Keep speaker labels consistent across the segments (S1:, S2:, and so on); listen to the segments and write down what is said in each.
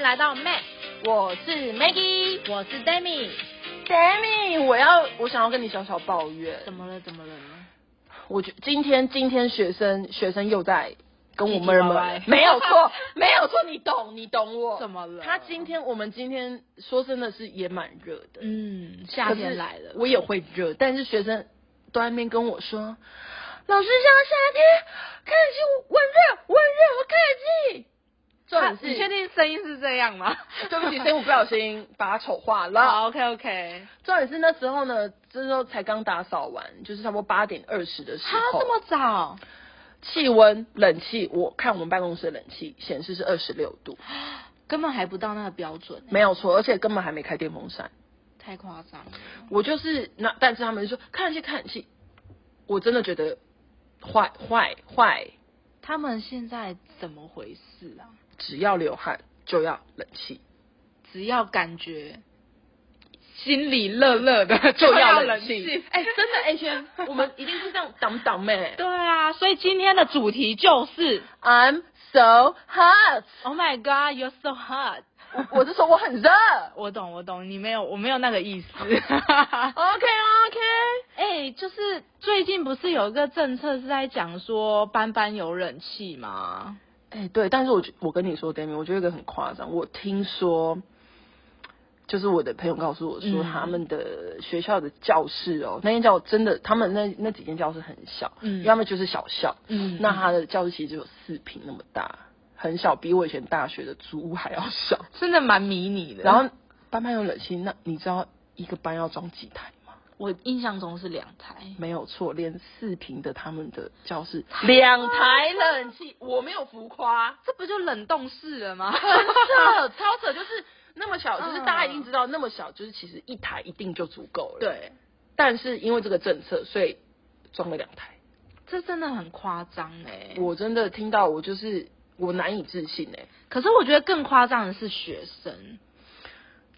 S1: 来到 Mag，我是 Maggie，
S2: 我是 Demi。
S1: Demi，我要我想要跟你小小抱怨，
S2: 怎么了？怎么了呢？
S1: 我觉今天今天学生学生又在跟我们
S2: 唧唧歪歪
S1: 没有 错，没有错，你懂你懂我。
S2: 怎么了
S1: 他今天我们今天说真的是也蛮热的，
S2: 嗯，夏天来了
S1: 可是，我也会热，但是学生都在那边跟我说，老师像夏天，看起我热，我热，我看起。重点是，？
S2: 啊你确定声音是这样吗
S1: 对不起，所以我不小心把它丑化了。
S2: 好 OK OK。
S1: 重点是那时候呢，这时候才刚打扫完，就是差不多八点二十的时
S2: 哈，
S1: 候。
S2: 这么早？
S1: 气温、冷气，我看我们办公室的冷气显示是二十六度，
S2: 嗯根本还不到那个标准欸、
S1: 没有错，而且根本还没开电风扇。
S2: 太夸张了。
S1: 我就是那，但是他们就说看戏看戏，我真的觉得坏坏坏，
S2: 他们现在怎么回事啊？
S1: 只要流汗就要冷气，
S2: 只要感觉心里热热 的就
S1: 要
S2: 要
S1: 冷
S2: 冷
S1: 气
S2: 气。。
S1: 哎、真的哎，轩、我们一定是这样挡挡妹。
S2: 对啊，所以今天的主题就是。
S1: I'm so hot，
S2: Oh my god, you're so hot！
S1: 我是说我很热。
S2: 我懂，我懂，你没有，我没有那个 意思。
S1: OK OK，
S2: 哎、就是最近不是有一个政策是在讲说班班有冷气吗？
S1: 哎、对，但是我觉我跟你说，Demi，我觉得一个很夸张，我听说。就是我的朋友告诉我说，
S2: 嗯
S1: 他们的学校的教室哦，那间教真的，他们那那几间教室很小，
S2: 嗯
S1: 因为他们就是小校，
S2: 嗯
S1: 那他的教室其实只有四平那么大，很小，比我以前大学的租屋还要小。
S2: 真的蛮迷你的。
S1: 然后班班有冷气，那你知道一个班要装几台吗？
S2: 我印象中是两台，
S1: 没有错，连四平的他们的教室两台冷气，我没有浮夸，
S2: 这不就冷冻室了吗？
S1: 很扯，超扯，就是那么小，就是大家已经
S2: 嗯
S1: 知道那么小，就是其实一台一定就足够 了。，
S2: 对，
S1: 但是因为这个政策，所以装了两台。
S2: 这真的很夸张哎。
S1: 我真的听到，我就是我难以置信哎、
S2: 可是我觉得更夸张的是学生，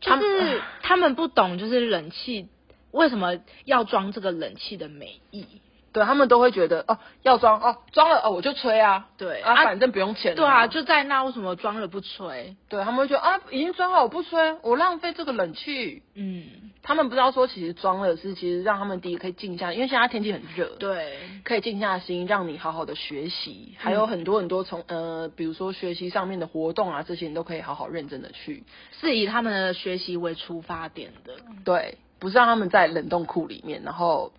S2: 就
S1: 他们
S2: 是嗯他们不懂，就是冷气为什么要装这个冷气的美意。
S1: 对他们都会觉得哦，要装哦，装了哦，我就吹啊，
S2: 对
S1: 啊，
S2: 啊
S1: 反正不用钱了
S2: 对
S1: 嘛，
S2: 啊，就在那，为什么装了不吹？
S1: 对他们会觉得啊，已经装好，我不吹，啊我浪费这个冷气。
S2: 嗯，
S1: 他们不知道说，其实装了是其实让他们第一可以静下，因为现在天气很热，，
S2: 对，
S1: 可以静下心，让你好好的学
S2: 嗯
S1: 习，还有很多很多从呃，比如说学习上面的活动啊，这些你都可以好好认真的去，
S2: 是以他们的学习为出发点的。
S1: 对，不是让他们在冷冻库里面，然后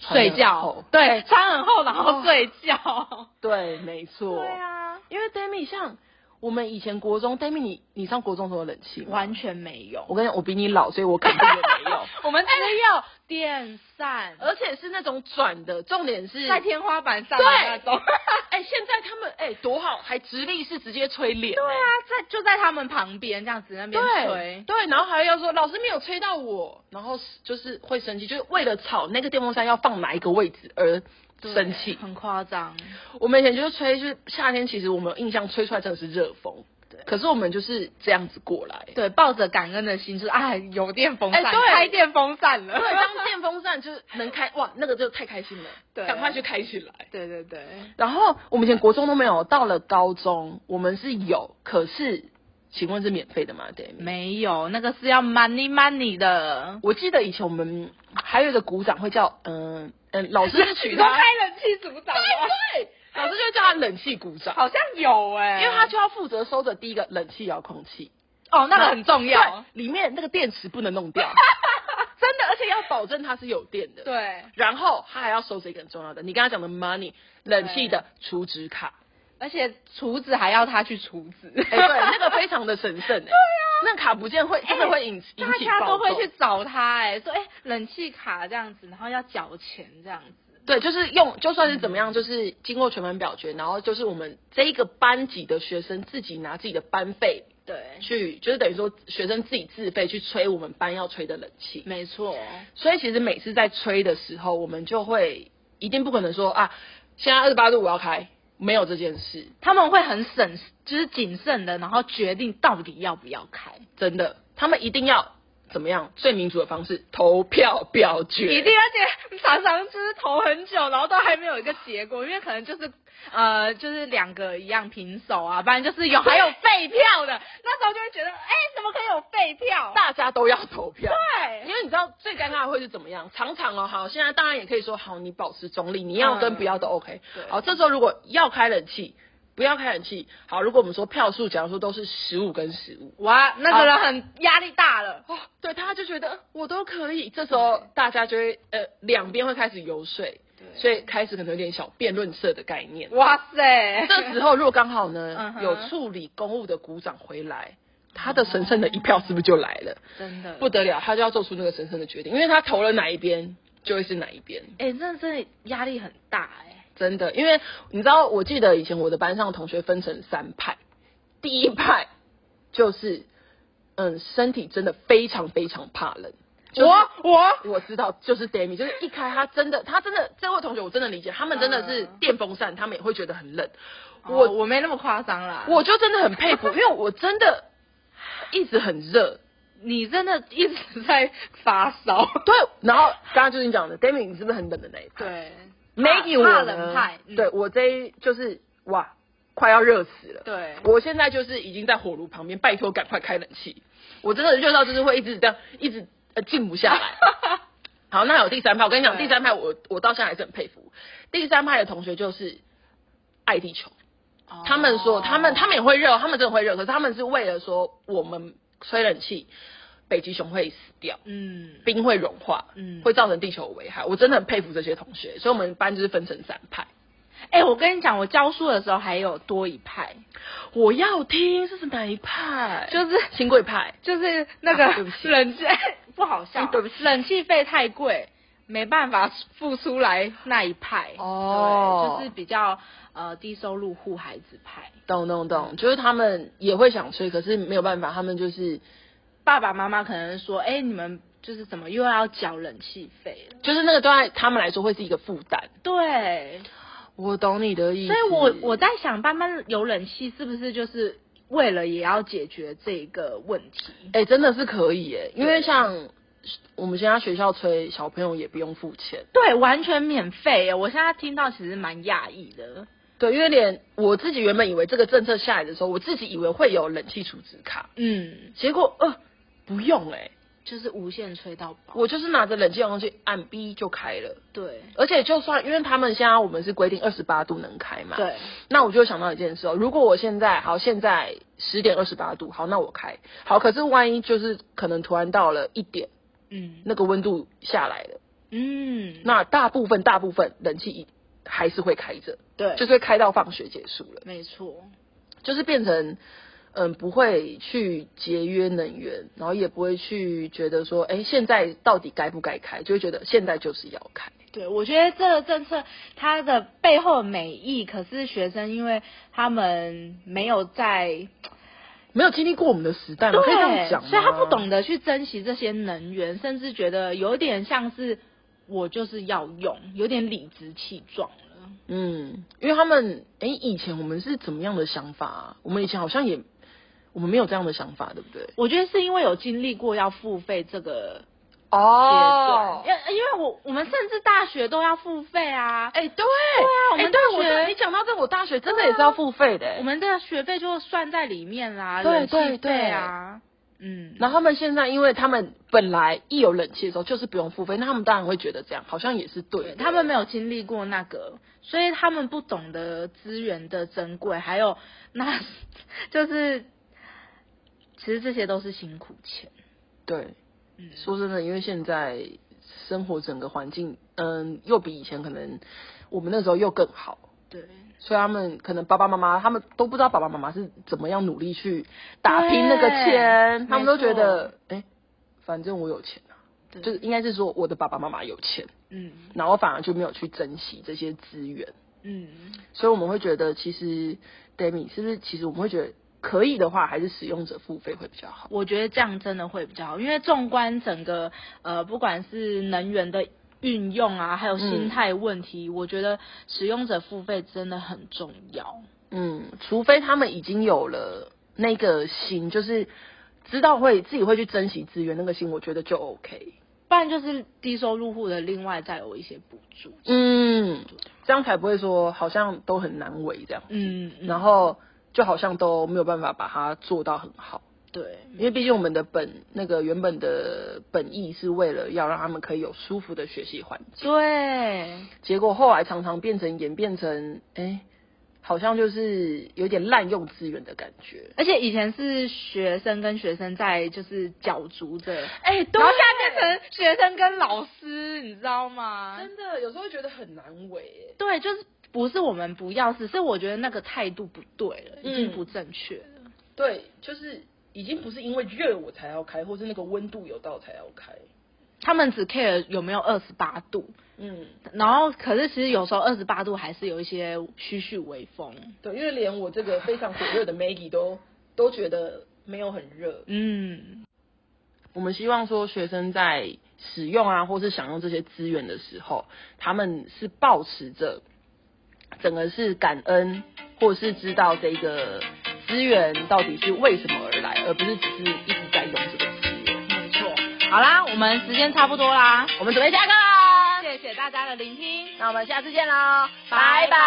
S1: 穿得
S2: 睡
S1: 很厚
S2: 觉，对，穿很厚然后睡觉。
S1: 对，没错，
S2: 啊，
S1: 因为 Demi 像我们以前国中，Demi 你你上国中的时候有冷气吗？
S2: 完全没有。
S1: 我跟你讲，我比你老，所以我肯定也没有。
S2: 我们只有电扇，
S1: 而且是那种转的，重点是
S2: 在天花板上的那
S1: 对
S2: 种。
S1: 哎、现在他们哎、多好，还直立式直接吹脸、
S2: 对啊
S1: 哎，
S2: 在就在他们旁边这样子那边
S1: 对
S2: 吹。
S1: 对，然后还要说老师没有吹到我，然后就是会生气，就是为了吵那个电风扇要放哪一个位置而
S2: 对
S1: 生气。
S2: 很夸张，
S1: 我们以前就是吹，就是夏天，其实我们有印象吹出来真的是热风，可是我们就是这样子过来。
S2: 对，抱着感恩的心，就是哎，有电风扇，
S1: 哎对
S2: 开电风扇了，
S1: 对，当电风扇就是能开，哇，那个就太开心了，
S2: 对
S1: 赶快去开起来。
S2: 对对对，
S1: 然后我们以前国中都没有，到了高中我们是有，可是请问是免费的吗？Demi？
S2: 嗯没有，那个是要 money money 的。
S1: 我记得以前我们还有一个鼓掌会叫嗯嗯、老师是取
S2: 你都
S1: 他
S2: 开，冷气组长吗？
S1: 对， 老师就叫他冷气鼓掌，
S2: 好像有哎、
S1: 因为他就要负责收着第一个冷气遥控器，
S2: 哦， 那个很重要。
S1: 对，里面那个电池不能弄 掉， 真的，而且要保证它是有电的。，
S2: 对，
S1: 然后他还要收着一个很重要的，你刚刚讲的 money 冷气的储值卡，
S2: 而且厨子还要他去厨子。
S1: 哎、对，那个非常的神 圣、哎，对啊，那卡不见会真的会引起、
S2: 大
S1: 引起
S2: 家
S1: 暴
S2: 都会
S1: 动
S2: 去找他哎、说哎、冷气卡这样子，然后要缴钱这样子。
S1: 对，就是用，就算是
S2: 嗯
S1: 怎么样，就是经过全班表决，然后就是我们这一个班级的学生自己拿自己的班费
S2: 对，
S1: 去，就是等于说学生自己自费去吹我们班要吹的冷气。
S2: 没错。
S1: 所以其实每次在吹的时候，我们就会一定不可能说啊，现在二十八度我要开，没有这件事，
S2: 他们会很审，就是谨慎的，然后决定到底要不要开，
S1: 真的，他们一定要怎么样最民主的方式投票表决，
S2: 一定而且常常就是投很久，然后都还没有一个结果，因为可能就是呃，就是两个一样平手啊，不然就是有还有废票的，那
S3: 时候就会觉得，哎，怎么可以有废票？
S1: 大家都要投票。因
S3: 对，
S1: 为你知道最尴尬的会是怎么样？常常哦，好，现在当然也可以说好，你保持中立，你要跟不要都 OK。
S2: 对
S1: 好，这时候如果要开冷气，不要开冷气。好，如果我们说票数，假如说都是十五跟十五，
S3: 哇，那个人很压力大了。
S1: 哦，对，他就觉得呃我都可以。这时候大家就会呃，两边会开始游说，所以开始可能有点小辩论社的概念。
S3: 哇塞，
S1: 这时候如果刚好呢
S3: 嗯，哼
S1: 有处理公务的股长回来，他的神圣的一票是不是就来了？
S2: 真的
S1: 不得了，他就要做出那个神圣的决定，因为他投了哪一边，就会是哪一边。
S2: 哎、真的是压力很大哎、
S1: 真的，因为你知道，我记得以前我的班上同学分成三派，第一派就是，嗯，身体真的非常非常怕冷。就是
S3: 我我
S1: 我知道，就是 Demi，就是一开他真的，他真的这位同学我真的理解，他们真的是
S3: 嗯哦
S1: 电风扇，他们也会觉得很冷。
S2: 我、
S1: 我
S2: 我没那么夸张啦，
S1: 我就真的很佩服，因为我真的一直很热。
S2: 你真的一直在发烧，
S1: 对，然后刚刚就是你讲的，Demi，你是不是很冷的那一派？
S2: 对
S1: Maggie
S2: 怕
S1: 我
S2: 怕冷派嗯
S1: 对我这一就是哇，快要热死了。
S2: 对，
S1: 我现在就是已经在火炉旁边，拜托赶快开冷气。我真的热到就是会一直这样，一直呃静不 下来。好，那有第三派，我跟你讲，
S2: 对
S1: 第三派我我到现在还是很佩服。第三派的同学就是爱地球，
S2: 哦
S1: 他们说他们他们也会热，他们真的会热，可是他们是为了说我们吹冷气，北极熊会死掉。
S2: 嗯
S1: 冰会融化，
S2: 嗯
S1: 会造成地球危害。我真的很佩服这些同学，所以我们班就是分成三派。
S2: 哎、我跟你讲，我教书的时候还有多一派，
S1: 我要听这是哪一派？
S2: 就是
S1: 新贵派。
S2: 就是那个
S1: 啊对不起
S2: 冷气、 哎不好笑，
S1: 嗯对不起
S2: 冷气费太贵，没办法付出来那一派
S1: 哦
S2: 对就是比较呃低收入户孩子派，
S1: 懂懂懂，就是他们也会想吹，可是没有办法，他们就是
S2: 爸爸妈妈可能说，哎、你们就是怎么又要缴冷气费了？
S1: 就是那个对他们来说会是一个负担。
S2: 对，
S1: 我懂你的意思，
S2: 所以我我在想，班班有冷气是不是就是为了也要解决这个问题？
S1: 哎、真的是可以哎，因为像我们现在学校吹，小朋友也不用付钱。
S2: 对，完全免费耶！我现在听到其实蛮讶异的。
S1: 对，因为连我自己原本以为这个政策下来的时候，我自己以为会有冷气储值卡，
S2: 嗯，
S1: 结果呃不用哎、
S2: 就是无限吹到饱。
S1: 我就是拿着冷气遥控器按 B 就开了，
S2: 对
S1: 而且就算因为他们现在我们是规定二十八度能开嘛，，
S2: 对，
S1: 那我就想到一件事哦，如果我现在好，现在十点二十八度，好，那我开好，可是万一就是可能突然到了一点，
S2: 嗯
S1: 那个温度下来了，
S2: 嗯，
S1: 那大部分大部分冷气还是会开着，
S2: 对，
S1: 就是会开到放学结束了，
S2: 没错。
S1: 就是变成。嗯，不会去节约能源，然后也不会去觉得说，哎，现在到底该不该开，就会觉得现在就是要开。
S2: 对，我觉得这个政策它的背后的美意，可是学生因为他们没有在
S1: 没有经历过哎我们的时代嘛，可以这样
S2: 对，
S1: 讲吗
S2: 所以他不。懂得去珍惜这些能源，甚至觉得有点像是我就是要用，有点理直气壮了。
S1: 嗯，因为他们，哎，以前我们是怎么样的想法、啊？我们以前好像也，我们没有这样的想法，对不对？
S2: 我觉得是因为有经历过要付费这个阶
S1: 哦
S2: 段，因、因为我我们甚至大学都要付费啊，
S1: 哎，对，对
S2: 啊我们大学
S1: 你讲到这，我大学嗯真的也是要付费的、欸
S2: 我们的学费就算在里面啦，
S1: 对
S2: 冷气
S1: 对对
S2: 费啊，嗯，
S1: 然后他们现在，因为他们本来一有冷气的时候就是不用付费，那他们当然会觉得这样好像也是对
S2: 对
S1: 的。
S2: 他们没有经历过那个，所以他们不懂得资源的珍贵，还有那就是其实这些都是辛苦钱，
S1: 对，
S2: 嗯，
S1: 说真的，因为现在生活整个环境，嗯，又比以前可能我们那时候又更好。
S2: 对，
S1: 所以他们可能爸爸妈妈，他们都不知道爸爸妈妈是怎么样努力去打拼那个钱，
S2: 对
S1: 他们都觉得，哎、反正我有钱啊，
S2: 对
S1: 就是应该是说我的爸爸妈妈有钱，
S2: 嗯
S1: 然后反而就没有去珍惜这些资源，
S2: 嗯，
S1: 所以我们会觉得，其实 Demi 是不是？其实我们会觉得，可以的话，还是使用者付费会比较好。
S2: 我觉得这样真的会比较好，因为纵观整个呃，不管是能源的。运用啊，还有心态问题，我觉得使用者付费真的很重要。
S1: 嗯，除非他们已经有了那个心，就是知道会自己会去珍惜资源那个心，我觉得就 OK。
S2: 不然就是低收入户的另外再有一些补助。
S1: 嗯，这样才不会说好像都很难为这样，
S2: 嗯，嗯
S1: 然后就好像都没有办法把它做到很好。
S2: 对，
S1: 因为毕竟我们的本那个原本的本意是为了要让他们可以有舒服的学习环境，
S2: 对，
S1: 结果后来常常变成演变成，哎、好像就是有点滥用资源的感觉。
S2: 而且以前是学生跟学生在就是角逐着，
S1: 哎、
S2: 然后现在变成学生跟老师，你知道吗？
S1: 真的有时候会觉得很难为，
S2: 对，就是不是我们不要，只是我觉得那个态度不对了，已经不正确了。
S1: 哎对，就是已经不是因为热我才要开，或是那个温度有到才要开，
S2: 他们只 care 有没有二十八度，
S1: 嗯。
S2: 然后可是其实有时候二十八度还是有一些徐徐微风。
S1: 对，因为连我这个非常火热的 Maggie 都都觉得没有很热。
S2: 嗯，
S1: 我们希望说学生在使用啊，或是享用这些资源的时候，他们是保持着整个是感恩，或是知道这个资源到底是为什么而来，而不是只是一直在用这个资源。
S2: 没错。好啦，我们时间差不多啦，
S1: 我们准备下课啦，
S2: 谢谢大家的聆听。
S1: 那我们下次见喽，哦
S2: 拜拜